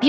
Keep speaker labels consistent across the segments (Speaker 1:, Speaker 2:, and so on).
Speaker 1: 美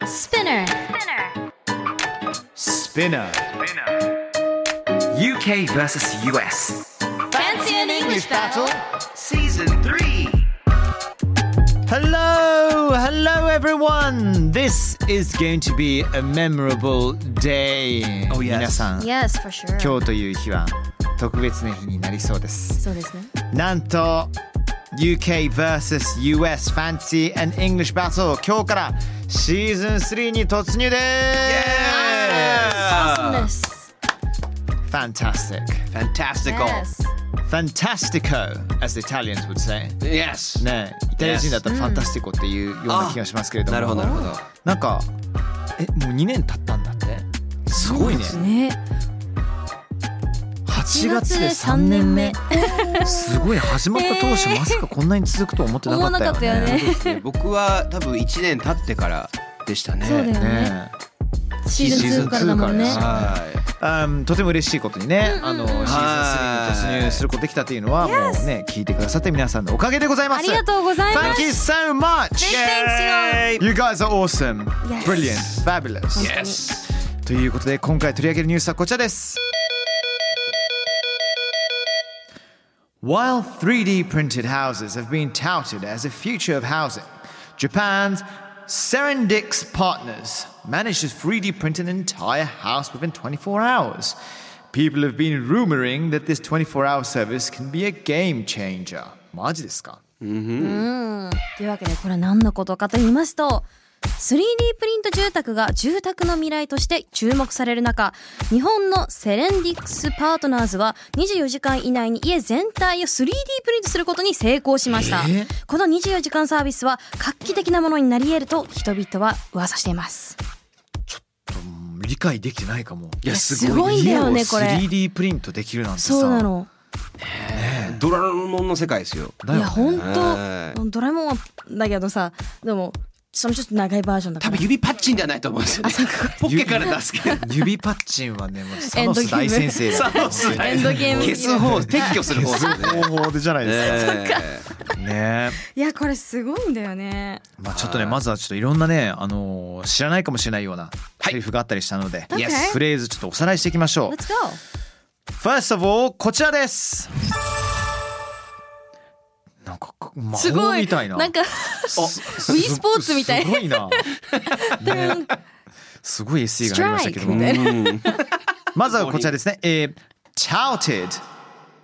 Speaker 2: ー
Speaker 3: スピナー
Speaker 4: Spinner.
Speaker 5: UK versus US.
Speaker 3: Fancy an English battle
Speaker 5: Season 3.
Speaker 4: Hello, hello everyone. This is going to be a memorable day.
Speaker 5: Oh, yes.
Speaker 4: 皆さん、
Speaker 3: Yes for sure
Speaker 4: 今日という日は特別な日になりそうです。
Speaker 3: そうですね
Speaker 4: なんと UK vs US Fancy and English Battle 今日からシーズン3に突入です。
Speaker 3: Awesome です
Speaker 4: Fantastic,
Speaker 5: Fantastical.
Speaker 3: Yes
Speaker 4: fantastico, as the Italians would say.
Speaker 5: Yes.
Speaker 4: ねイタリア人だったらファンタスティコっていうような気がしますけれども、
Speaker 5: なるほどなるほど。
Speaker 4: なんかえもう2年経ったんだってすごいね
Speaker 3: ね
Speaker 4: 8
Speaker 3: 8
Speaker 4: 月で3年目すごい始まった当初まさかこんなに続くとは思ってなかったよね
Speaker 3: 思わなかったよね
Speaker 6: ね 僕は多分1年経ってからでしたね。
Speaker 3: そうだよね
Speaker 4: ね
Speaker 3: シーズン2からだもんね
Speaker 4: シーズン2から
Speaker 6: はい。
Speaker 4: あーとても嬉しいことにね、あのシーズン3に突入することできたというのはもうね聞いてくださった皆さんのおかげでございま
Speaker 3: あ
Speaker 4: す
Speaker 3: りがとうございま
Speaker 4: Thank you
Speaker 3: す
Speaker 4: so much!
Speaker 3: Thanks,
Speaker 4: You guys are awesome!
Speaker 3: Yes.
Speaker 4: Brilliant! Fabulous!
Speaker 5: Yes.
Speaker 4: ということで今回取り上げるニュースはこちらです。While 3D printed houses have been touted as a future of housing, Japan's Serendix Partners managed to 3D print an entire house within 24 hours. People have been rumoring that this 24 hour service can be a game changer. マジですか
Speaker 3: というわけでこれは何のことかと言いますと 3D プリント住宅が住宅の未来として注目される中日本のセレンディックスパートナーズは24時間以内に家全体を 3D プリントすることに成功しました、
Speaker 4: え
Speaker 3: この24時間サービスは画期的なものになり得ると人々は噂しています
Speaker 4: 理解できてないかも。
Speaker 6: いやす
Speaker 3: す
Speaker 6: ごい。
Speaker 3: ごいんだよねこれ
Speaker 4: 3D プリントできるなんてさ。
Speaker 3: そうなの
Speaker 6: ドラえもんの世界ですよ。
Speaker 4: だよ
Speaker 3: いや本
Speaker 6: は
Speaker 3: 当ドラえもんはだけどさでもそのちょっと長いバージョンだか
Speaker 6: 多
Speaker 3: ら
Speaker 6: 分指パッチンじゃないと思うんですよ、ね。 ポッケから出すけど。
Speaker 4: 指パッチンはねもうサ
Speaker 3: エンド
Speaker 4: ノ
Speaker 3: ゲー
Speaker 4: ス
Speaker 3: ム
Speaker 4: 大先生だ
Speaker 6: サノス
Speaker 3: エンドゲーム
Speaker 6: 消す方、撤去する方 ですね。
Speaker 4: 方法でじゃないです
Speaker 6: え
Speaker 4: かね
Speaker 3: いやこれすごいんだよね
Speaker 4: まあちょっとねまずはちょっといろんなねあのー知らないかもしれないようなセリフがあったりしたので、
Speaker 3: Okay.
Speaker 4: フレーズちょっとおさらいしていきましょう
Speaker 3: Let's go
Speaker 4: First of all こちらですなんか魔
Speaker 3: すご
Speaker 4: 法
Speaker 3: い
Speaker 4: みたいな
Speaker 3: なんかウィースポーツみたい
Speaker 4: すごい な、ね、すごい SE が入りましたけども
Speaker 3: みたいな
Speaker 4: まずはこちらですね。えー、touted。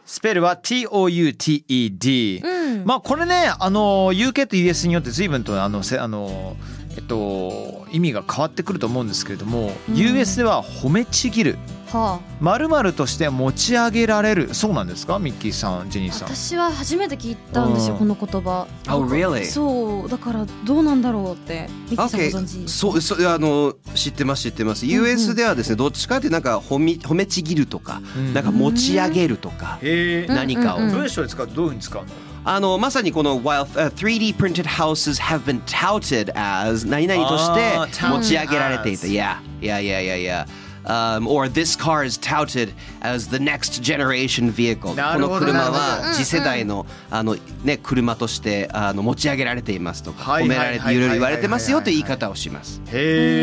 Speaker 4: スペルは T-O-U-T-E-D。まあこれね、あの、UK と US によって随分と、あの、せあの、えっと、意味が変わってくると思うんですけれども、US では褒めちぎる。
Speaker 3: はあ
Speaker 4: まるまるとして持ち上げられる。そうなんですかミッキーさん、ジェニーさん。
Speaker 3: 私は初めて聞いたんですよ
Speaker 4: うん
Speaker 3: この言葉
Speaker 6: Oh, really?
Speaker 3: そうだからどうなんだろうってミッキーさんご
Speaker 6: OK
Speaker 3: 存知
Speaker 6: そうそうあの知ってます知ってます。US ではですねどっちかってなんか褒め褒めちぎるとか、
Speaker 4: うん
Speaker 6: なんか持ち上げるとか。
Speaker 4: へ
Speaker 3: ん
Speaker 6: 何かを、
Speaker 3: うんうん
Speaker 4: 文章で使うとどういうふうに使うの
Speaker 6: あのまさにこの while、uh, 3D printed houses have been touted as 何々と
Speaker 4: あー
Speaker 6: して
Speaker 4: touted
Speaker 6: 持ち上げられていた。
Speaker 4: as
Speaker 6: Yeah, yeah, yeah, yeah, yeah. Um, or this car is touted as the next generation vehicle. こ
Speaker 4: なるほ
Speaker 6: の
Speaker 4: ど
Speaker 6: 車
Speaker 4: なるほ
Speaker 6: は次世代のあのね車としてあの持ち上げられていますとか
Speaker 4: はい
Speaker 6: 褒められて
Speaker 4: はい
Speaker 6: い
Speaker 4: は
Speaker 6: ろ
Speaker 4: い
Speaker 6: い
Speaker 4: はい
Speaker 6: ろ言われてますよ
Speaker 4: はい
Speaker 6: という言い方をします。
Speaker 4: へ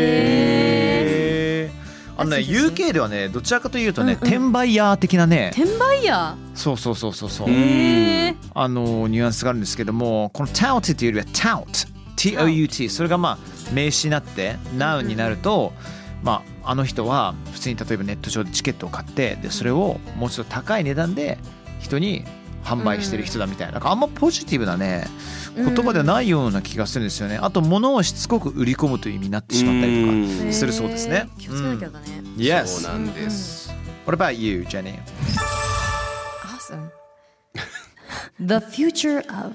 Speaker 4: え。あのね、
Speaker 3: そうですね
Speaker 4: UK ではね、どちらかというとね、転売ヤー的なね、
Speaker 3: 転売屋
Speaker 4: そうそうそうそうそう。
Speaker 3: へえ
Speaker 4: あのニュアンスがあるんですけどもこの tout っていうよりは tout T-O-U-T それがまあ名詞になって noun になると、まあ、あの人は普通に例えばネット上でチケットを買ってでそれをもうちょっと高い値段で人に販売してる人だみたいな,、なんかあんまポジティブなね言葉ではないような気がするんですよね、あと物をしつこく売り込むという意味になってしまったりとか、
Speaker 6: うん
Speaker 4: するそうですね
Speaker 3: 気をつけなきゃだね
Speaker 4: Yes
Speaker 6: そうなんです。
Speaker 4: What about you Jenny?
Speaker 3: Awesome The future of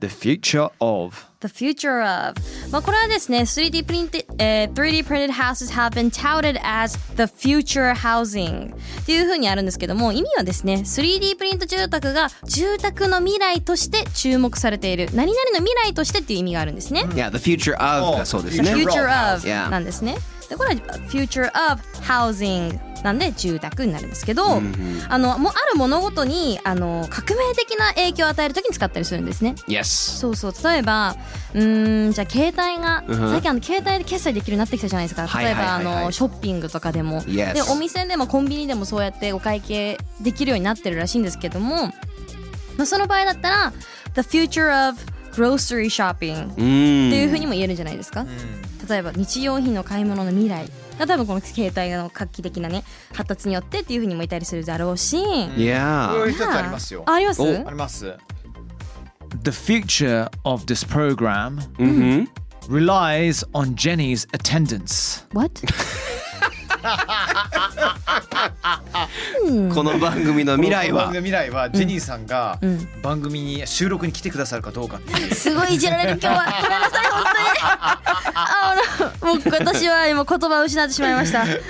Speaker 4: The future of
Speaker 3: The future of まあこれはですね 3D プリンテ、えー 3D printed houses have been touted as the future housing っていう風にあるんですけども意味はですね 3D プリント住宅が住宅の未来として注目されている何々の未来としてっていう意味があるんですね、
Speaker 6: Yeah, the future of だそうですね。
Speaker 3: future of
Speaker 6: Yeah
Speaker 3: なんですね。でこれは future of housing なんで住宅になるんですけど、あのもうある物事にあの革命的な影響を与えるときに使ったりするんですね。
Speaker 6: Yes.
Speaker 3: そうそう例えばうーんじゃあ携帯が、最近あの携帯で決済できるようになってきたじゃないですか
Speaker 6: はい
Speaker 3: 例えば、
Speaker 6: はいはいはい
Speaker 3: あのショッピングとかでも、
Speaker 6: Yes
Speaker 3: でお店でもコンビニでもそうやってお会計できるようになってるらしいんですけども、まあ、その場合だったら「The future of grocery shopping」
Speaker 6: うん
Speaker 3: っていうふうにも言えるんじゃないですか、例えば日用品の買い物の未来が多分この携帯の画期的なね発達によってっていうふうにも言ったりするだろうし、
Speaker 6: Yeah.
Speaker 4: 一つありますよ
Speaker 3: ああります
Speaker 6: お
Speaker 4: あります The future of this program
Speaker 6: Mhm.
Speaker 4: relies on Jenny's attendance
Speaker 3: What?
Speaker 6: この番組の未 来は。
Speaker 4: 未来はジェニーさんが番組に収録に来てくださるかどうか っていう
Speaker 3: すごいいじられる今日はごめんなさい本当にあのもう私は今言葉を失ってしまいました
Speaker 4: I'm,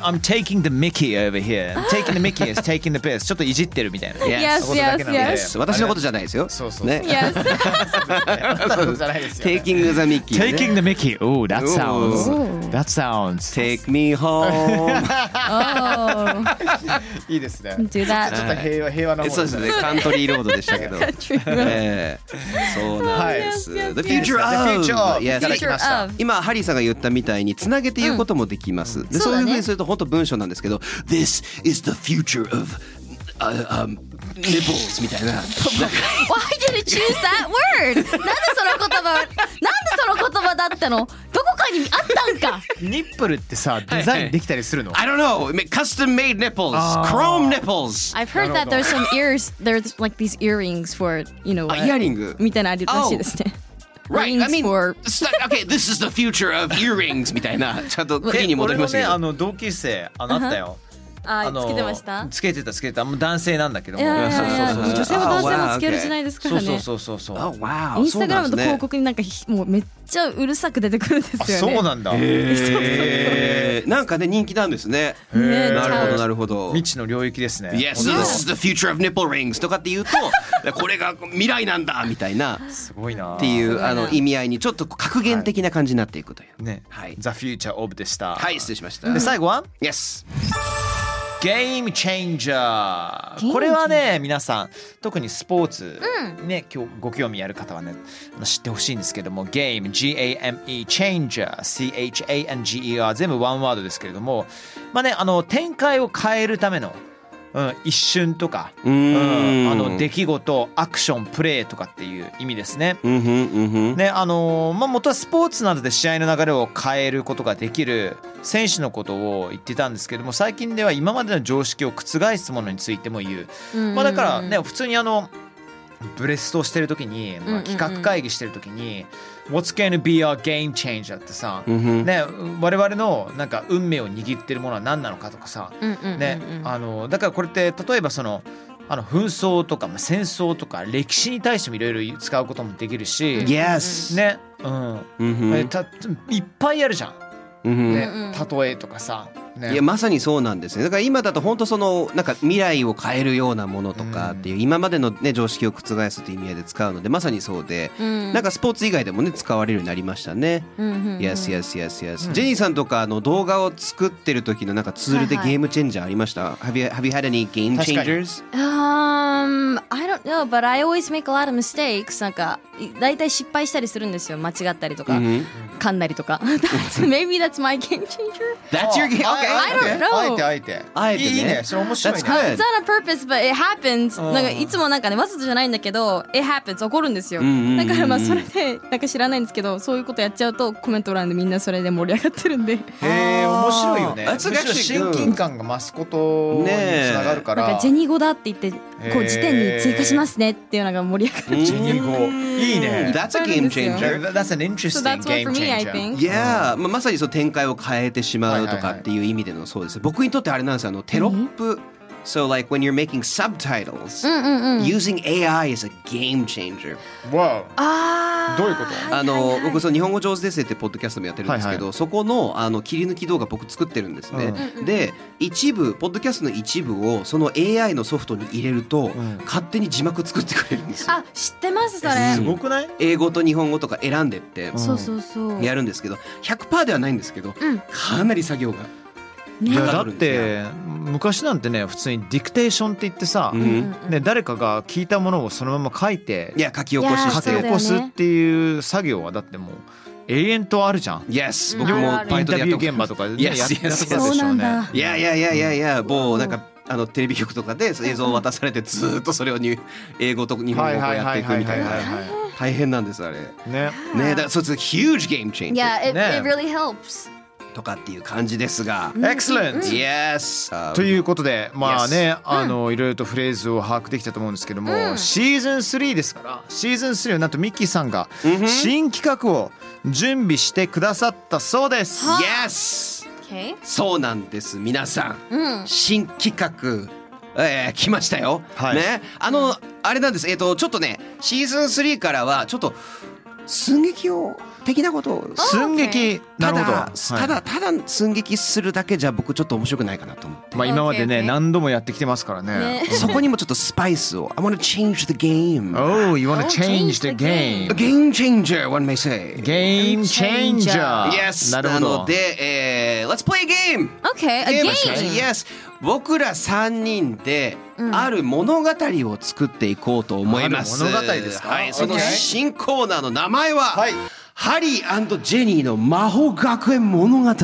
Speaker 4: I'm taking the Mickey over here. I'm taking the Mickey is taking the piss. ちょっといじってるみたいな。
Speaker 6: Yes.
Speaker 4: そこだけなので
Speaker 3: Yes, yes,
Speaker 6: 私のことじゃないですよ。
Speaker 4: そうそうそう
Speaker 6: ね。
Speaker 3: Yes
Speaker 4: じゃないですよね
Speaker 6: Taking the Mickey ね。
Speaker 4: Taking the Mickey. Oh, that sounds.
Speaker 3: Ooh.
Speaker 4: That sounds.
Speaker 6: Take me home.
Speaker 3: Oh
Speaker 4: いいですね。
Speaker 3: do that
Speaker 4: っと平和平和な
Speaker 6: そうですね。カントリーロードでした けど。ええそうなんです。The future of.
Speaker 4: The future of
Speaker 6: Yes
Speaker 4: いただきました。
Speaker 3: of
Speaker 6: 今ハリーさんが言ったみたいにつなげて言うこともできます。で
Speaker 3: そ
Speaker 6: そうう
Speaker 3: だ
Speaker 6: い
Speaker 3: ね
Speaker 6: うふうにすると本当文章なんですけど、This is the future of、uh, um, nipples みたいな。
Speaker 3: Why did you choose that word? なんでその言葉をなんでその言葉だったのどこかにあったんか
Speaker 4: ニップルってさ、デザインできたりするの
Speaker 6: I don't know. Custom made nipples.
Speaker 4: あー
Speaker 6: Chrome nipples.
Speaker 3: I've heard that there's some ears, there's like these earrings for, you know,
Speaker 6: あ、イヤリング。
Speaker 3: みたいなのあるらしいですね。
Speaker 6: Right. I
Speaker 3: Rings
Speaker 6: mean,
Speaker 3: for-
Speaker 6: it's like, okay, this is the future of earrings みたいな。ちゃんと手に戻りましたけ
Speaker 4: 俺もね、
Speaker 6: ど。
Speaker 4: あの同級生、あのあった よ。
Speaker 3: あ
Speaker 4: あの
Speaker 3: つけてました
Speaker 4: つけてたつけてた。もう男性なんだけど
Speaker 3: い
Speaker 4: も。
Speaker 3: やいやいや
Speaker 4: そう
Speaker 3: も
Speaker 4: そううそう
Speaker 3: 女性も男性もつける時代ですか
Speaker 4: そう
Speaker 3: らね。
Speaker 4: そうそうそうそう。
Speaker 6: Oh, wow.
Speaker 3: インスタグラム
Speaker 6: そ
Speaker 3: と
Speaker 6: うなんですね
Speaker 3: 広告になんかひもうめっちゃうるさく出てくるんで
Speaker 4: あ
Speaker 3: すよね。
Speaker 4: そうなんだ。
Speaker 6: えー、なんかね人気なんですね。
Speaker 3: ね
Speaker 6: なるほどな
Speaker 3: る
Speaker 6: るほど。
Speaker 4: 未知の領域ですね。
Speaker 6: Yes,
Speaker 4: 本当
Speaker 6: this is the
Speaker 4: だ
Speaker 6: future of nipple rings とかって言うと これが未来なんだみたいな
Speaker 4: すごいな。
Speaker 6: っていうあの意味合いにちょっと格言的な感じになっていくという。
Speaker 4: ね。
Speaker 6: はい
Speaker 4: The future of でした。
Speaker 6: はい失礼しました。
Speaker 4: で最後は
Speaker 6: Yes。
Speaker 4: ゲームチェンジャ
Speaker 3: ゲー
Speaker 4: ー
Speaker 3: ムチェンジャー
Speaker 4: これはね皆さん特にスポーツ、ね今日ご興味ある方はねあの知ってほしいんですけどもゲーム GAME チェンジャー CHANGER 全部ワンワードですけれどもまあねあの展開を変えるための、うん、一瞬とか、
Speaker 6: うーん
Speaker 4: あの出来事アクションプレーとかっていう意味ですね。
Speaker 6: うんふんうんふん。
Speaker 4: ねあのーまあ、元はスポーツなどで試合の流れを変えることができる選手のことを言ってたんですけども最近では今までの常識を覆すものについても言う、
Speaker 3: ほど
Speaker 4: まあ、だからね普通にあのブレストをしてる時に、まあ、企画会議してる時に「What's gonna be our game changer?」ってさ、
Speaker 6: うんふん
Speaker 4: ね、我々のなんか運命を握ってるものは何なのかとかさ、ねあのだからこれって例えばそのあの紛争とかまあ戦争とか歴史に対してもいろいろ使うこともできるし。
Speaker 6: Yes。
Speaker 4: ね、うん、
Speaker 6: うんふん
Speaker 4: えたいっぱいあるじゃ
Speaker 6: うんふ
Speaker 4: ん、
Speaker 6: ん
Speaker 4: ね、例えとかさ、ね、
Speaker 6: いやまさにそうなんですねだから今だと本当そのなんか未来を変えるようなものとかっていう、今までの、ね、常識を覆すという意味合いで使うのでまさにそうで、なんかスポーツ以外でもね使われるようになりましたね。yes yes yes yes、ジェニーさんとかあの動画を作ってる時のなんかツールで
Speaker 3: はいはい
Speaker 6: ゲームチェンジャーありました、have, you, have you had any game
Speaker 4: 確かに
Speaker 6: changers?
Speaker 3: Um, I don't know, but I always make a lot of mistakes. なんか、い大体失敗したりするんですよ。間違ったりとか、噛んだりとか。That's- Maybe that's my game changer.
Speaker 6: That's your game?
Speaker 4: あ
Speaker 6: Okay.
Speaker 4: あ
Speaker 3: I don't know
Speaker 4: あえてあえて
Speaker 6: あえてね
Speaker 4: いいねそれ面白い
Speaker 6: That's good.
Speaker 4: ね
Speaker 3: It's not a purpose, but it happens. なんか、いつもなんかね、わざとじゃないんだけど、it happens. 起こるんですよ。
Speaker 6: んうんうんう
Speaker 3: だ
Speaker 6: ん
Speaker 3: からまあ、それで、なんか知らないんですけど、そういうことやっちゃうと、コメント欄でみんなそれで盛り上がってるんで。
Speaker 4: へえ面白いよね
Speaker 6: That's
Speaker 4: むしろ
Speaker 6: actually
Speaker 4: 親近感が増すことにつながるか
Speaker 3: なん
Speaker 4: ら
Speaker 3: かジェニー語だって言って、こう辞典に追加しますねっていうのが盛り上がる。
Speaker 4: ジェニー語いいね
Speaker 6: That's a game
Speaker 3: そう
Speaker 6: changer.
Speaker 4: That- That's an
Speaker 3: So
Speaker 4: interesting
Speaker 3: that's one
Speaker 4: game
Speaker 3: for me, I think.
Speaker 4: changer
Speaker 6: いやーまあ、まさにその展開を変えてしまうと
Speaker 4: はいはい
Speaker 6: か
Speaker 4: はい
Speaker 6: っていう意味でのそうです、僕にとってあれなんですよあのテロップ So, like when you're making subtitles,
Speaker 3: うんうんうん
Speaker 6: using AI is a game changer.
Speaker 4: わ
Speaker 3: あー
Speaker 4: どういうこと
Speaker 6: あの僕その日本語上手ですってポッドキャストもやってるんですけ
Speaker 4: はい
Speaker 6: ど、そこのあの切り抜き動画僕作ってるんですね。で一部ポッドキャストの一部をその AI のソフトに入れると、
Speaker 4: ん
Speaker 6: 勝手に字幕作ってくれるんですよ。
Speaker 3: あ知ってますそれ、
Speaker 4: すごくない
Speaker 6: 英語と日本語とか選んでって
Speaker 4: ん
Speaker 3: そうそうそう
Speaker 6: やるんですけど、100%ではないんですけど、
Speaker 3: うん
Speaker 6: かなり作業が。
Speaker 4: いや
Speaker 6: か
Speaker 4: だ
Speaker 6: か
Speaker 4: っ
Speaker 6: るんです
Speaker 4: て昔なんてね普通にディクテーションって言ってさ、
Speaker 6: うん
Speaker 4: ね、誰かが聞いたものをそのまま書いて
Speaker 6: いや書き起こし
Speaker 3: や
Speaker 6: し
Speaker 4: 書き
Speaker 3: そうだ
Speaker 4: 起
Speaker 3: よ
Speaker 6: て。
Speaker 4: こすっていう作業はだってもう永遠とあるじゃん。
Speaker 6: Yes、
Speaker 3: うん
Speaker 6: 僕
Speaker 3: ある
Speaker 6: も
Speaker 3: ある
Speaker 6: バ
Speaker 4: イ
Speaker 6: イ
Speaker 4: ン
Speaker 6: ト
Speaker 4: タ
Speaker 6: でやっ
Speaker 4: ビ
Speaker 6: た
Speaker 4: ュ
Speaker 6: こと
Speaker 4: ー現場とかで、ね、
Speaker 6: Yes,
Speaker 4: やってた
Speaker 6: yes,
Speaker 4: とこでしょ
Speaker 3: そうう
Speaker 4: ね
Speaker 3: なんだ。
Speaker 6: いやいやいやいやいや、もうなんか、あのテレビ局とかで映像を渡されて、ずーっとそれをに英語と日本語をこうやっていくみたい
Speaker 4: はいはいはい
Speaker 6: な
Speaker 4: はい。
Speaker 6: 大変なんです、あれ。ね
Speaker 4: ね。
Speaker 6: え、だから、そう、huge game changer
Speaker 3: Yeah, it,
Speaker 4: ね
Speaker 3: it really helps.
Speaker 6: とかっていう感じですが。
Speaker 4: Excellent!
Speaker 6: Yes!
Speaker 4: と
Speaker 6: う。
Speaker 4: いうことで、まあね、
Speaker 6: Yes
Speaker 4: あの、いろいろとフレーズを把握できたと思うんですけども、
Speaker 3: うん
Speaker 4: シーズン3ですから、シーズン3はなんとミッキーさんが
Speaker 6: うんふん
Speaker 4: 新企画を準備してくださったそうです。
Speaker 6: Yes!
Speaker 3: Okay.
Speaker 6: そうなんです、皆さん。
Speaker 3: うん。
Speaker 6: 新企画、えー来ましたよ。
Speaker 4: はい
Speaker 6: ね、あの、あれなんです、えっ、と、ちょっとね、シーズン3からは、ちょっと、寸劇を、的なことを、
Speaker 4: 寸劇、な
Speaker 6: た
Speaker 4: るほど。
Speaker 6: だ、た
Speaker 4: は
Speaker 6: だ、ただ寸劇するだけじゃ、僕ちょっと面白くないかなと思って。
Speaker 4: い、まあ今までね、
Speaker 3: Okay, okay.
Speaker 4: 何度もやってきてますからね。
Speaker 3: ね
Speaker 6: そこにもちょっとスパイスを。I wanna change the game.
Speaker 4: Oh, you wanna
Speaker 3: Oh,
Speaker 4: change
Speaker 3: change
Speaker 4: the
Speaker 3: the
Speaker 4: game.
Speaker 3: game.
Speaker 6: A game changer, one may say.
Speaker 4: Game changer.
Speaker 6: Yes.
Speaker 4: なるほ
Speaker 6: な
Speaker 4: ど。
Speaker 6: ので、えー Let's play a game!
Speaker 3: Okay, a
Speaker 6: ゲーム
Speaker 3: game.
Speaker 6: Yes 僕ら3人である物語を作っていこうと思います、
Speaker 4: ある物語ですか
Speaker 6: はい、その
Speaker 4: Okay
Speaker 6: 新コーナーの名前は、
Speaker 4: はい
Speaker 6: ハリージェニーの魔法学園物語過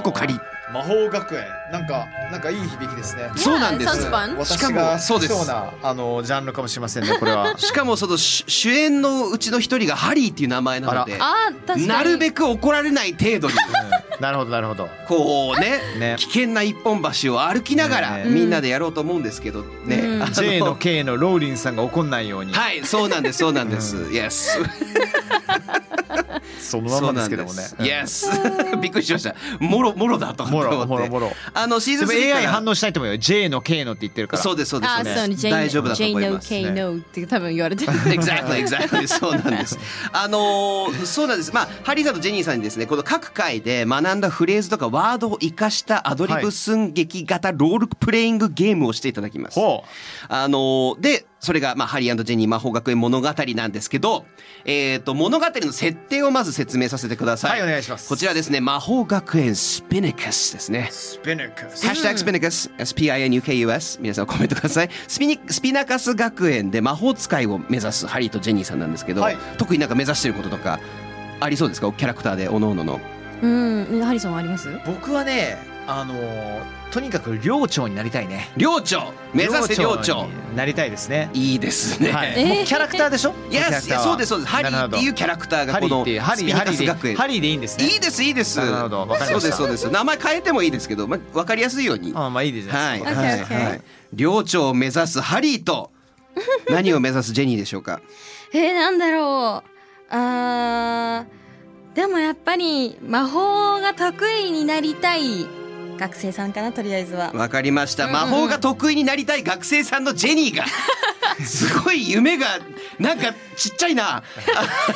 Speaker 6: 去仮
Speaker 4: 魔法学園なんかなんかいい響きですね。
Speaker 6: そうなんです
Speaker 3: sounds fun.
Speaker 6: しかもそうです。
Speaker 4: なあのジャンルかもしれませんねこれ は
Speaker 6: しかもその主主演のうちの一人がハリーっていう名前なので
Speaker 3: あー、確かに。
Speaker 6: なるべ
Speaker 3: く。
Speaker 6: く怒られない程 度に
Speaker 4: なるほどなるほど。
Speaker 6: こうね
Speaker 4: ね
Speaker 6: 危険な一本橋を歩きながら、
Speaker 4: ね
Speaker 6: みんなでやろうと思うんですけどね、
Speaker 3: うん
Speaker 6: あの
Speaker 4: J の K のローリンさんが怒んないように。
Speaker 6: はいそうなんですそうなんです、Yes
Speaker 4: そのままですけどもね。
Speaker 6: Yes びっくりしましたもろもろだと
Speaker 4: も
Speaker 6: 思って
Speaker 4: ろもろもろ。
Speaker 6: あのシーズ
Speaker 4: で
Speaker 6: ン
Speaker 4: も
Speaker 6: 3か
Speaker 4: AI
Speaker 6: ら
Speaker 4: 反応しないと思うよ。J の K のって言ってるから。
Speaker 6: そうですそうです
Speaker 3: あ
Speaker 6: そう
Speaker 3: ー、
Speaker 6: で
Speaker 3: そう、
Speaker 6: す
Speaker 3: J
Speaker 6: 大丈夫だと思います
Speaker 3: J no K no って多分言われて る。
Speaker 6: Exactly, exactly. そうなん です。あのーそうなんです。まあ、ハリーさんとジェニーさんにですね、この各回で学んだフレーズとかワードを活かしたアドリブ寸劇型ロールプレイングゲームをしていただきます。
Speaker 4: ほ
Speaker 6: あのーで、それが、まあ、ハリージェニー魔法学園物語なんですけど、えっ、と、物語の設定をまず説明させてくだ
Speaker 4: う。
Speaker 6: さ。
Speaker 4: はいいお願いします。
Speaker 6: こちらですね、魔法学園スピニカスですね。
Speaker 4: スピネクス
Speaker 6: ハッシュタグスピナカス、SPINUKUS、皆さんコメントください。スピニスピナカス学園で魔法使いを目指すハリーとジェニーさんなんですけど、
Speaker 4: はい
Speaker 6: 特になんか目指してることとかありそうですかキャラクターで、おのおのの。
Speaker 3: うん。ハリソンはあります
Speaker 4: 僕はねあのーとにかく寮長になりたいね。
Speaker 6: 寮長目指せ寮長
Speaker 4: になりたいですね。
Speaker 6: いいですね。、
Speaker 4: はいい。もうキャラクターでしょ。
Speaker 6: Yes いやそうです、そうです。ハリーっていう
Speaker 4: キ
Speaker 6: キャラクター
Speaker 4: ャ
Speaker 6: が
Speaker 4: ハ
Speaker 6: こ
Speaker 4: リー
Speaker 6: の
Speaker 4: っていうハ
Speaker 6: スピ
Speaker 4: リー
Speaker 6: ナ
Speaker 4: ハリ
Speaker 6: カス
Speaker 4: ー
Speaker 6: 学
Speaker 4: で
Speaker 6: 園。
Speaker 4: ハリーでいいんですね。
Speaker 6: いいです、いいです。
Speaker 4: なるほどわかり
Speaker 6: そ
Speaker 4: ま
Speaker 6: う
Speaker 4: した
Speaker 6: です、そうです。名前変えてもいいですけど、まあ、わかりやすいように。
Speaker 4: あまあいいですね。
Speaker 6: はい、
Speaker 4: わか
Speaker 6: は
Speaker 4: りま
Speaker 6: い、
Speaker 4: した
Speaker 6: はい。寮長を目指すハリーと、何を目指すジェニーでしょうか
Speaker 3: えー、なんだろう。あー、でもやっぱり魔法が得意になりたい学生さんかな、とりあえずは。
Speaker 6: わかりました。魔法が得意になりたい学生さんのジェニ ーが。すごい夢が、なんかちっちゃいな。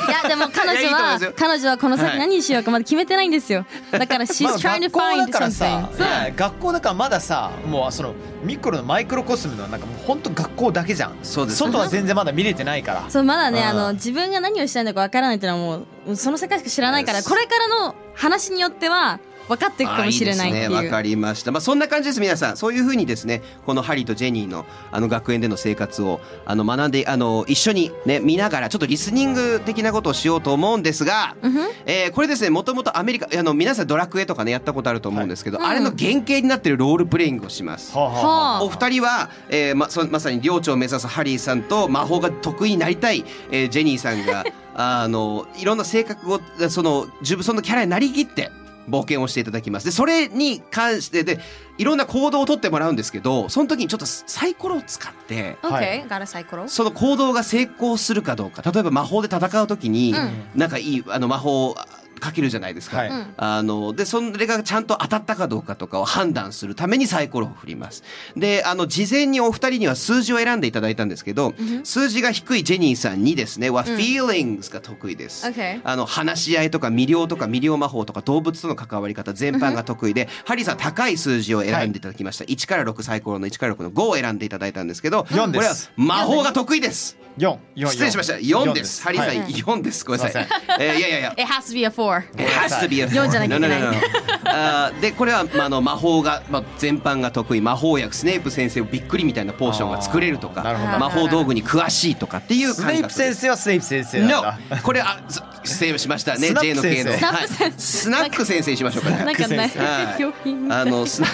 Speaker 3: いやでも彼
Speaker 6: いやいいと思
Speaker 3: 女
Speaker 6: い
Speaker 3: は
Speaker 6: ますよ
Speaker 3: 彼女はこの
Speaker 6: は
Speaker 3: 先
Speaker 6: い
Speaker 3: 何にしようかまだ決めてないんですよ。だ から she's
Speaker 4: まあ
Speaker 3: trying to
Speaker 4: 学校だ
Speaker 3: find
Speaker 4: からさ
Speaker 3: something.
Speaker 4: いや学校だからまださもうそのミクロのマイクロコスムのなんかもう本当学校だけじゃん
Speaker 6: そうです
Speaker 4: 外は全然まだ見れてないから
Speaker 3: そうまだね
Speaker 4: うん
Speaker 3: あの自分が何をしたいのかわからないっていうのはもうその世界しか知らないからこれからの話によっては分かっていくかもしれないってい
Speaker 6: あ
Speaker 3: う。
Speaker 6: ですねわかりました。まあそんな感じです皆さん。そういうふうにですね、このハリーとジェニーのあの学園での生活をあの学んであの一緒にね見ながらちょっとリスニング的なことをしようと思うんですが、
Speaker 3: うんふん
Speaker 6: えーこれですねもともとアメリカあの皆さんドラクエとかねやったことあると思うんですけど、あれの原型になってるロールプレイングをします。
Speaker 4: はあはあ
Speaker 6: お二人は、えーまそまさに領長を目指すハリーさんと魔法が得意になりたい、えージェニーさん があのいろんな性格をその自分そのキャラになりきって冒険をしていただきますでそれに関してでいろんな行動をとってもらうんですけどその時にちょっとサイコロを使って。
Speaker 4: はい
Speaker 3: OK、ガラサイコロ。
Speaker 6: その行動が成功するかどうか例えば魔法で戦う時に、
Speaker 3: う
Speaker 6: なんかいいあの魔法かけるじゃないですか、
Speaker 4: はい
Speaker 3: うん
Speaker 6: あのでそれがちゃんと当たったかどうかとかを判断するためにサイコロを振りますであの事前にお二人には数字を選んでいただいたんですけど、数字が低いジェニーさんにですねは「feelings」が得意です、
Speaker 3: Okay
Speaker 6: あの話し合いとか魅了とか魅了魔法とか動物との関わり方全般が得意でハリーさん高い数字を選んでいただきました、1から6サイコロの1から6の5を選んでいただいたんですけどこれは
Speaker 4: 四です
Speaker 6: 魔法が得意です
Speaker 4: 四四
Speaker 6: 失礼しました4ですハリーさん
Speaker 4: はい
Speaker 6: 4ですごめんなさい
Speaker 4: すい
Speaker 6: えーいやいやいや
Speaker 3: It has to be a four.
Speaker 6: It has to be a
Speaker 3: 読んじゃなきゃいけな い
Speaker 6: No, no, no, no. あーでこれは、まあ、あの魔法が、まあ、全般が得意魔法薬スネープ先生をびっくりみたいなポーションが作れるとか
Speaker 4: あーなるほど
Speaker 6: 魔法道具に詳しいとかっていう
Speaker 4: ス
Speaker 6: 感
Speaker 4: ネイ
Speaker 6: 覚
Speaker 4: プ先生はスネイプ先生なん
Speaker 6: No
Speaker 4: だ、
Speaker 6: これあす失礼しましたね
Speaker 4: スナッ
Speaker 6: J
Speaker 4: プ
Speaker 6: の K の
Speaker 4: 先生
Speaker 6: はいスナック先生にしましょうかね
Speaker 3: なんかない
Speaker 6: はい
Speaker 3: 用品
Speaker 6: あのスナ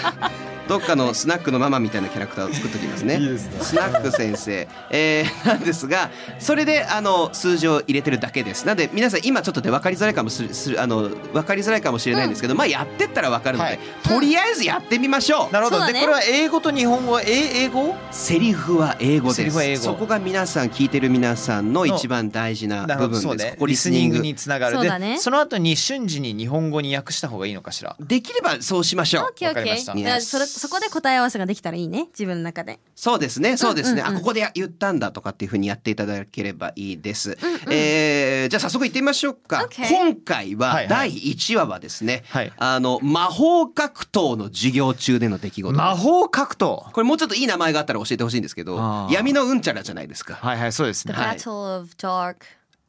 Speaker 6: どっかのスナックのママみたいなキャラクターを作っておきますね。
Speaker 4: いいですね
Speaker 6: スナック先生、えーなんですが、それであの数字を入れてるだけです。なので皆さん今ちょっとで分かりづらいかもしれするあの分かりづらいかもしれないんですけど、まあやってったら分かるので、
Speaker 4: はい
Speaker 6: とりあえずやってみましょう。
Speaker 4: なるほ
Speaker 3: そう
Speaker 4: ど、
Speaker 3: だ
Speaker 4: で
Speaker 3: ね
Speaker 4: これは英語と日本語はえ英語
Speaker 6: セリフは英語
Speaker 4: セ
Speaker 6: で
Speaker 4: リフは英
Speaker 6: す。
Speaker 4: 語
Speaker 6: そこが皆さん聞いてる皆さんの
Speaker 4: の
Speaker 6: 一番大事な
Speaker 4: なる
Speaker 6: 部
Speaker 4: ほ
Speaker 6: 分
Speaker 4: ど
Speaker 6: です。
Speaker 4: そう
Speaker 6: こ
Speaker 4: ね
Speaker 6: こ
Speaker 4: リ
Speaker 6: リ
Speaker 4: ス
Speaker 6: ス
Speaker 4: ニ
Speaker 6: ニ
Speaker 4: ン
Speaker 6: ン
Speaker 4: グ
Speaker 6: グ
Speaker 4: につながる
Speaker 3: そうだね
Speaker 4: でその後に瞬時に日本語に訳した方がいいのかしら
Speaker 6: できればそうしましょう。
Speaker 3: オッケーオッ
Speaker 4: わかり
Speaker 3: ケ
Speaker 4: まし
Speaker 3: ー。
Speaker 4: た
Speaker 3: だからそれそこで答え合わせができたらいいね自分の中で。
Speaker 6: そうですね、そうですね。
Speaker 3: うんうんうん
Speaker 6: あ、ここでや言ったんだとかっていうふうにやっていただければいいです。えーじゃあ早速行ってみましょうか。
Speaker 3: Okay
Speaker 6: 今回
Speaker 4: は
Speaker 6: はい
Speaker 4: はい
Speaker 6: 第1話はですね、
Speaker 4: はい
Speaker 6: あの、魔法格闘の授業中での出来事。
Speaker 4: 魔法格闘
Speaker 6: これもうちょっといい名前があったら教えてほしいんですけど
Speaker 4: あ、ー
Speaker 6: 闇のうんちゃらじゃないですか。
Speaker 4: はいはいそうです
Speaker 3: The
Speaker 4: ね、
Speaker 6: はい
Speaker 3: Battle of Dark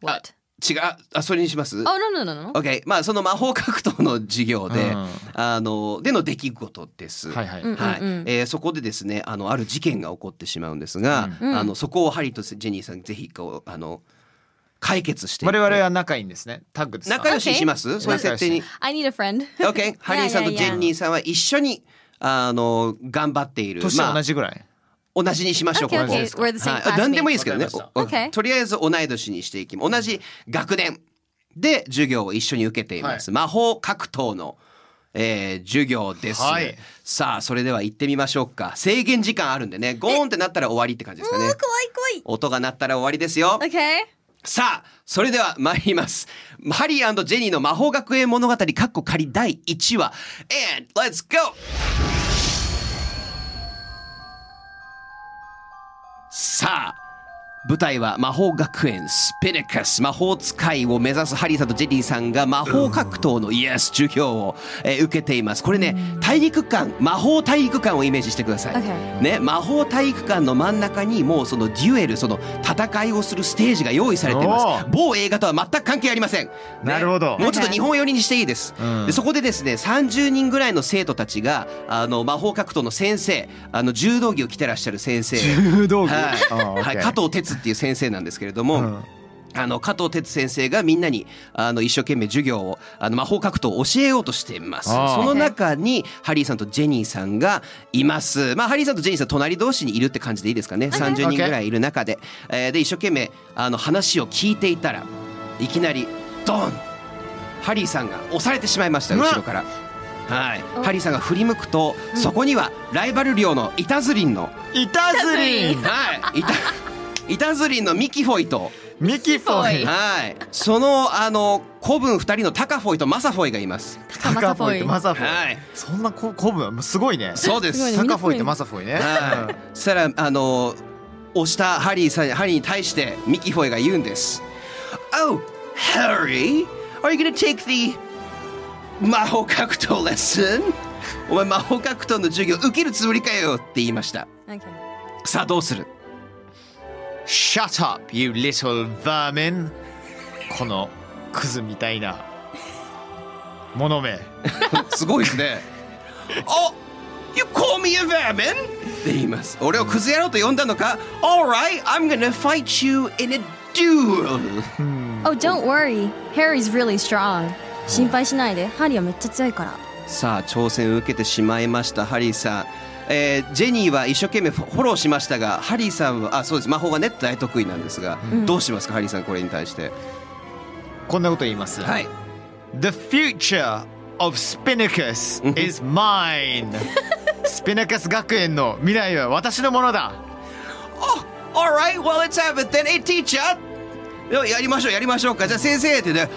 Speaker 3: What?
Speaker 6: 違う、あ、それにします
Speaker 3: あ、no no no no.
Speaker 6: ?OK。まあその魔法格闘の授業で、
Speaker 4: うん
Speaker 6: あの、での出来事です。
Speaker 4: はいはい、
Speaker 3: うん
Speaker 6: はい
Speaker 3: うん
Speaker 6: えーそこでですねあのある事件が起こってしまうんですが、
Speaker 3: うん
Speaker 6: あのそこをハリーとジェニーさんぜひこうあの解決して
Speaker 4: 我々は仲いいんですねタッグですか
Speaker 6: 仲良しにします、
Speaker 4: Okay
Speaker 6: そういう設定に
Speaker 3: I need a friend.
Speaker 6: OK ハリーさんと
Speaker 3: Yeah, yeah, yeah.
Speaker 6: ジェニーさんは一緒にあの頑張っている
Speaker 4: 年は同じぐらい、
Speaker 6: 同じにしましょう
Speaker 3: Okay,
Speaker 6: ここ
Speaker 3: okay. We're the same
Speaker 6: はい
Speaker 3: classmates.
Speaker 6: あ何でもいいですけどね
Speaker 4: わかりまし
Speaker 6: おお
Speaker 3: Okay.
Speaker 6: とりあえず同い年にしていき同じ学年で授業を一緒に受けています、魔法格闘の、えー授業です、
Speaker 4: はい
Speaker 6: さあそれでは行ってみましょうか制限時間あるんでねゴーンってなったら終わりって感じですかね
Speaker 3: 怖
Speaker 6: 音が鳴ったら終わりですよ、
Speaker 3: い怖い。Okay.
Speaker 6: さあそれでは参りますハリージェニーの魔法学園物語カッコ仮第1話 And let's go! さあ舞台は魔法学園スピリカス魔法使いを目指すハリーさんとジェリーさんが魔法格闘のイエス授業を、えー受けていますこれね体育館魔法体育館をイメージしてください、
Speaker 3: Okay.
Speaker 6: ね、魔法体育館の真ん中にもうそのデュエルその戦いをするステージが用意されてい
Speaker 4: お
Speaker 6: ます
Speaker 4: ー
Speaker 6: 某映画とは全く関係ありません、ね
Speaker 4: なるほど
Speaker 6: もうちょっと日本寄りにしていいです、
Speaker 4: うん
Speaker 6: でそこでですね30人ぐらいの生徒たちがあの魔法格闘の先生あの柔道着を着てらっしゃる先生
Speaker 4: 柔道具
Speaker 6: はい
Speaker 4: あー OK
Speaker 6: はい、加藤哲っていう先生なんですけれども、
Speaker 4: うん
Speaker 6: あの加藤哲先生がみんなにあの一生懸命授業をあの魔法格闘を教えようとしています
Speaker 4: あー
Speaker 6: その中にハリーさんとジェニーさんがいますまあハリーさんとジェニーさん隣同士にいるって感じでいいですかね30人ぐらいいる中で、えーで一生懸命あの話を聞いていたらいきなりドンハリーさんが押されてしまいました
Speaker 4: うわ
Speaker 6: 後ろから。はい、ハリーさんが振り向くと、そこにはライバル寮のイタズリンの
Speaker 4: イタズリン
Speaker 6: はい、いた、いたずりんのミキフォイと、
Speaker 4: ミキフォイ
Speaker 6: はい、その、あの、古文二人のタカフォイとマサフォイがいます。
Speaker 3: 高マサフォイ
Speaker 4: とマサフォイ、
Speaker 6: はい
Speaker 4: そんなこ古文すごいね
Speaker 6: そう です
Speaker 3: ごいね
Speaker 4: タカフォイとマサフォイね、
Speaker 6: はい、そしたら、あの、押したハリーさん、ハリーに対して、ミキフォイが言うんです。Oh, Harry, are you gonna take the 魔法格闘レッスンお前魔法格闘の授業受けるつもりかよって言いました。
Speaker 3: Okay.
Speaker 6: さあどうする
Speaker 4: Shut up, you little vermin! このクズみたいなものめ。
Speaker 6: すごいですね。あ、You call me a vermin? って言います。俺をクズ野郎と呼んだのか ?Alright, I'm gonna fight you in a duel.
Speaker 3: Oh don't worry. Harry's really strong. 心配しないで。ハリーはめっちゃ強いから。
Speaker 6: さあ、挑戦を受けてしまいました、ハリーさん。えージェニーは一生懸命フォフォローしましたが、ハリーさんは、あ、そうです、魔法がね、大得意なんですが、どうしますか、ハリーさん、これに対して。
Speaker 4: こんなこと言います。
Speaker 6: はい。
Speaker 4: The future of Spinnacus
Speaker 6: うん
Speaker 4: is mine! スピナカス学園の未来は私のものだ
Speaker 6: Alright, well, let's have it then. Hey, teacher! よやりましょう、やりましょうか。じゃあ、先生ってね、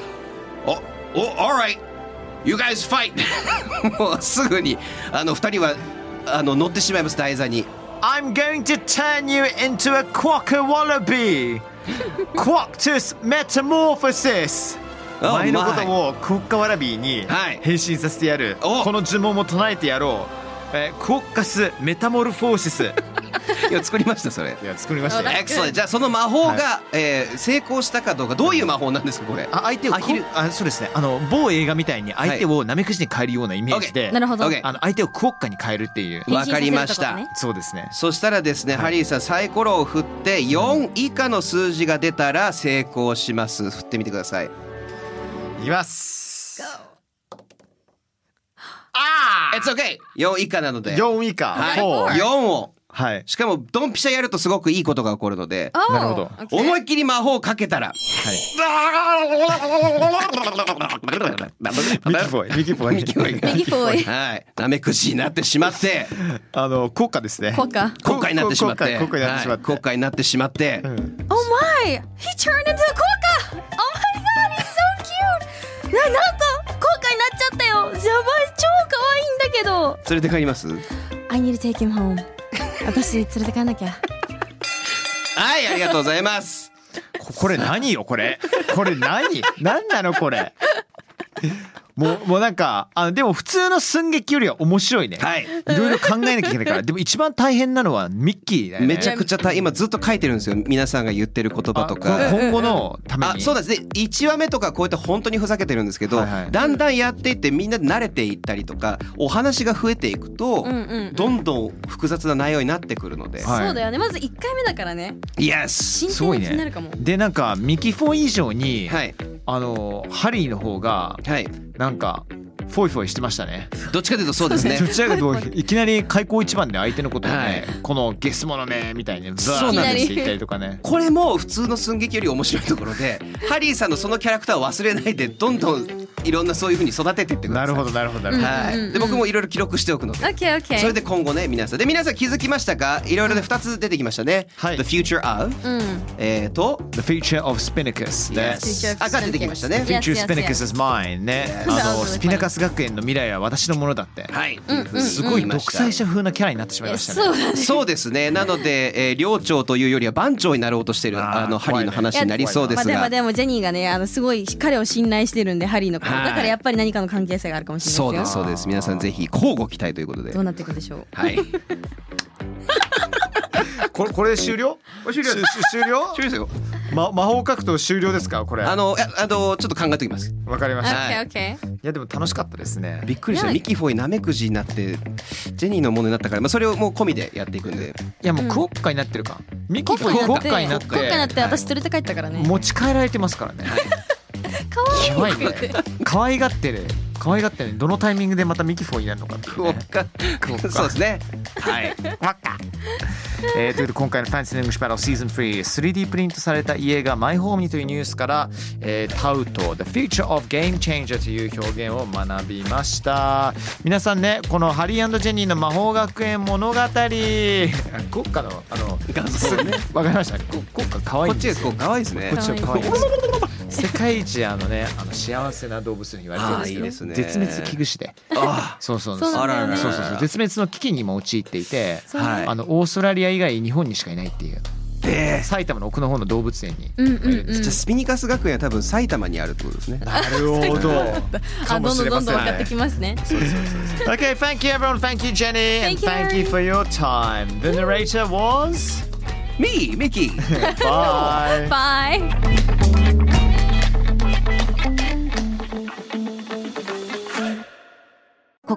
Speaker 6: あ、
Speaker 5: Oh, all right. You guys fight.
Speaker 6: もうすぐにあの二人はあの乗ってしまいます台座に
Speaker 4: I'm going to turn you into a quokka wallaby! Quactus metamorphosis!
Speaker 6: Oh
Speaker 4: 前のことをクオッカワラビーに
Speaker 6: はい
Speaker 4: 変身させてやる、
Speaker 6: お
Speaker 4: この呪文も唱えてやろう、えークオッカスメタモルフォーシ スい
Speaker 6: いや作りましたそれ
Speaker 4: や作りましたよ
Speaker 6: Excellent じゃあその魔法が、えー成功したかどうかどういう魔法なんですかこれ
Speaker 4: あ相手を
Speaker 6: アヒル
Speaker 4: こあそうですねあの某映画みたいに相手をナメクジに変えるようなイメージで、
Speaker 3: なるほど
Speaker 6: OK
Speaker 4: あの相手をクオッカに変えるっていう
Speaker 6: わかりまし
Speaker 3: 変身させるとこ
Speaker 6: た
Speaker 3: ね
Speaker 4: そうですね
Speaker 6: そしたらですね、ハリーさんサイコロを振って4以下の数字が出たら成功します振ってみてください
Speaker 4: いきます
Speaker 6: え It's okay 4以下なので
Speaker 4: 4以下
Speaker 6: はい
Speaker 4: 4
Speaker 6: 4を
Speaker 4: はい
Speaker 6: しかもドンピシャやるとすごくいいことが起こるので
Speaker 3: Oh,
Speaker 4: なるほど
Speaker 3: okay.
Speaker 6: 思いっきり魔法をかけたら
Speaker 4: ミキフォイミキフォイ
Speaker 6: ミキフォイが
Speaker 3: 右フォイ
Speaker 6: はいナメクジになってしまって
Speaker 4: あの国家ですね
Speaker 3: こうか
Speaker 6: 国家になってしまって
Speaker 4: 国家になってしまっ
Speaker 6: は
Speaker 4: て
Speaker 6: い国家になってしまって、
Speaker 3: Oh my! He turned into a コーカ Oh my god, he's so cute! な、なんとコーカになっちゃったよやばい超可愛いんだ
Speaker 6: 連れて帰りますは
Speaker 3: けど I need to take him home 私連れて帰んなきゃ
Speaker 6: いありがとうございます
Speaker 4: ここれ何よこれこれ何何なのこれもうもうなんかあのでも普通の寸劇よりは面白いね、
Speaker 6: はい
Speaker 4: い、ろいろ考えなきゃいけな いからでも一番大変なのはミッキーだよね
Speaker 6: めちゃくちゃ大今ずっと書いてるんですよ皆さんが言ってる言葉と
Speaker 4: あ
Speaker 6: か
Speaker 4: こ今後のために
Speaker 6: あそうなんですね1話目とかこうやって本当にふざけてるんですけど、
Speaker 4: はいはい
Speaker 6: だんだんやっていってみんな慣れていったりとかお話が増えていくと、
Speaker 3: うんうん
Speaker 6: どんどん複雑な内容になってくるので、
Speaker 4: はい
Speaker 3: そうだよねまず一回目だからね
Speaker 6: Yes
Speaker 3: 真
Speaker 4: すごい
Speaker 3: 剣に気になる
Speaker 4: ね
Speaker 3: かも、
Speaker 4: でなんかミキフォ以上に、
Speaker 6: はい
Speaker 4: あのハリーの方が
Speaker 6: はい
Speaker 4: なんかフォイフォイしてましたね
Speaker 6: どっちかというとそうですね
Speaker 4: どちらか というといきなり開口一番で相手のことをね、
Speaker 6: はい
Speaker 4: このゲスものめみたいにブワ
Speaker 6: そう
Speaker 4: ー
Speaker 6: なん
Speaker 4: っ
Speaker 6: で
Speaker 4: て
Speaker 3: す
Speaker 4: 言ったりとかね
Speaker 6: これも普通の寸劇より面白いところでハリーさんのそのキャラクターを忘れないでどんどんいろんなそういうふうに育ててってくださ
Speaker 4: ないるほどなるほどなるほど、
Speaker 6: は
Speaker 3: うんうんう
Speaker 6: い、
Speaker 3: ん
Speaker 6: で僕もいろいろ記録しておくので
Speaker 3: OK, OK
Speaker 6: それで今後ね皆さんで皆さん気づきましたかいろいろで2つ出てきましたね「
Speaker 4: はい
Speaker 6: The Future of
Speaker 3: う」
Speaker 6: えー、と
Speaker 4: The future of Spinnacus ね
Speaker 3: Future of
Speaker 6: あが出てきましたね
Speaker 3: Yes,
Speaker 4: Future
Speaker 3: yes,
Speaker 4: Spinnacus is mine ねあ
Speaker 3: That was
Speaker 4: の
Speaker 3: really
Speaker 4: スピナカス学園の未来は私のものだって
Speaker 6: はい、
Speaker 4: すごい独裁者風なキャラになってしまい
Speaker 3: ん
Speaker 4: ました
Speaker 3: そう
Speaker 4: ね
Speaker 3: だね
Speaker 6: そうですねなので、えー、寮長というよりは番長になろうとしている
Speaker 4: あー
Speaker 6: あのハリ
Speaker 4: 怖い
Speaker 6: ー
Speaker 4: ね
Speaker 6: の話になりそうで
Speaker 3: まあ
Speaker 6: す
Speaker 3: でも
Speaker 6: が
Speaker 3: でもジェニーがねあのすごい彼を信頼してるんでハリーのこと
Speaker 6: はい
Speaker 3: だからやっぱり何かの関係性があるかもしれ
Speaker 6: そう
Speaker 3: な
Speaker 6: で
Speaker 3: いですすよ
Speaker 6: そうです皆さんぜひ交互期待ということで
Speaker 3: どうなっていくんでしょう
Speaker 6: はい
Speaker 4: これこれで終了終了終了
Speaker 6: ですよ
Speaker 4: ま魔法格闘終了ですかこれ
Speaker 6: あのいやあのちょっと考えておきます
Speaker 4: わかりましたい
Speaker 3: OK,
Speaker 6: はい
Speaker 3: OK
Speaker 4: やでも楽しかったですね
Speaker 6: びっくりした
Speaker 3: はい
Speaker 6: ミキフォイナメクジになってジェニーのものになったから、まあ、それをもう込みでやっていくんで
Speaker 4: いやもうクオッカになってるかミキ
Speaker 3: 今
Speaker 4: フ
Speaker 3: 回
Speaker 4: ォ
Speaker 3: な
Speaker 4: イ
Speaker 3: っ
Speaker 4: クオッ
Speaker 3: て
Speaker 4: カになって
Speaker 3: 今回なって私連れて帰ったからね
Speaker 4: 持ち帰られてますからね
Speaker 3: 可愛い
Speaker 4: やばいね可愛がってる可愛がってるどのタイミングでまたミキフォイになるのかっていうね
Speaker 6: カ そうですねはい
Speaker 4: えーということで今回の「ファンシー・ネングシュパロー」シーズン 33D プリントされた家がマイホームにというニュースから、えータウト「The Future of Game Changer」という表現を学びました皆さんねこのハリージェニーの魔法学園物語あ国家のあの
Speaker 6: 画像ね
Speaker 4: わかりましたこ国家可愛
Speaker 6: こっ
Speaker 4: いん
Speaker 6: ち
Speaker 4: で
Speaker 6: が
Speaker 4: す
Speaker 6: こ
Speaker 4: よ
Speaker 6: う可愛いですね
Speaker 4: こっちが可愛いん
Speaker 3: 可
Speaker 4: ですよ世界一あのねあの幸せな動物に言われてるん
Speaker 6: あ
Speaker 4: で
Speaker 6: あ
Speaker 4: す
Speaker 6: い
Speaker 4: け
Speaker 6: い
Speaker 4: ど
Speaker 6: ですね
Speaker 4: 絶滅危惧種で
Speaker 6: あ
Speaker 4: そうそう
Speaker 3: そうなんだ
Speaker 6: あらら
Speaker 3: よ
Speaker 6: ら
Speaker 3: ね
Speaker 4: そうそうそう絶滅の危機にも陥っていて
Speaker 6: あはい
Speaker 4: あのオーストラリア以外日本にしかいないっていう埼玉の奥の方の動物園に
Speaker 3: うんうんう
Speaker 6: じゃあ
Speaker 3: ん
Speaker 6: スピニカス学園は多分埼玉にあるってことですね。
Speaker 4: なるほ ど
Speaker 3: あどんどんどんどん分かってきますね
Speaker 4: Okay, thank you everyone. Thank you, Jenny. and
Speaker 3: Thank
Speaker 4: thank you
Speaker 3: you, Aaron.
Speaker 4: for your time. The narrator was.
Speaker 6: ミーミキ
Speaker 4: Bye.
Speaker 3: Bye
Speaker 2: こ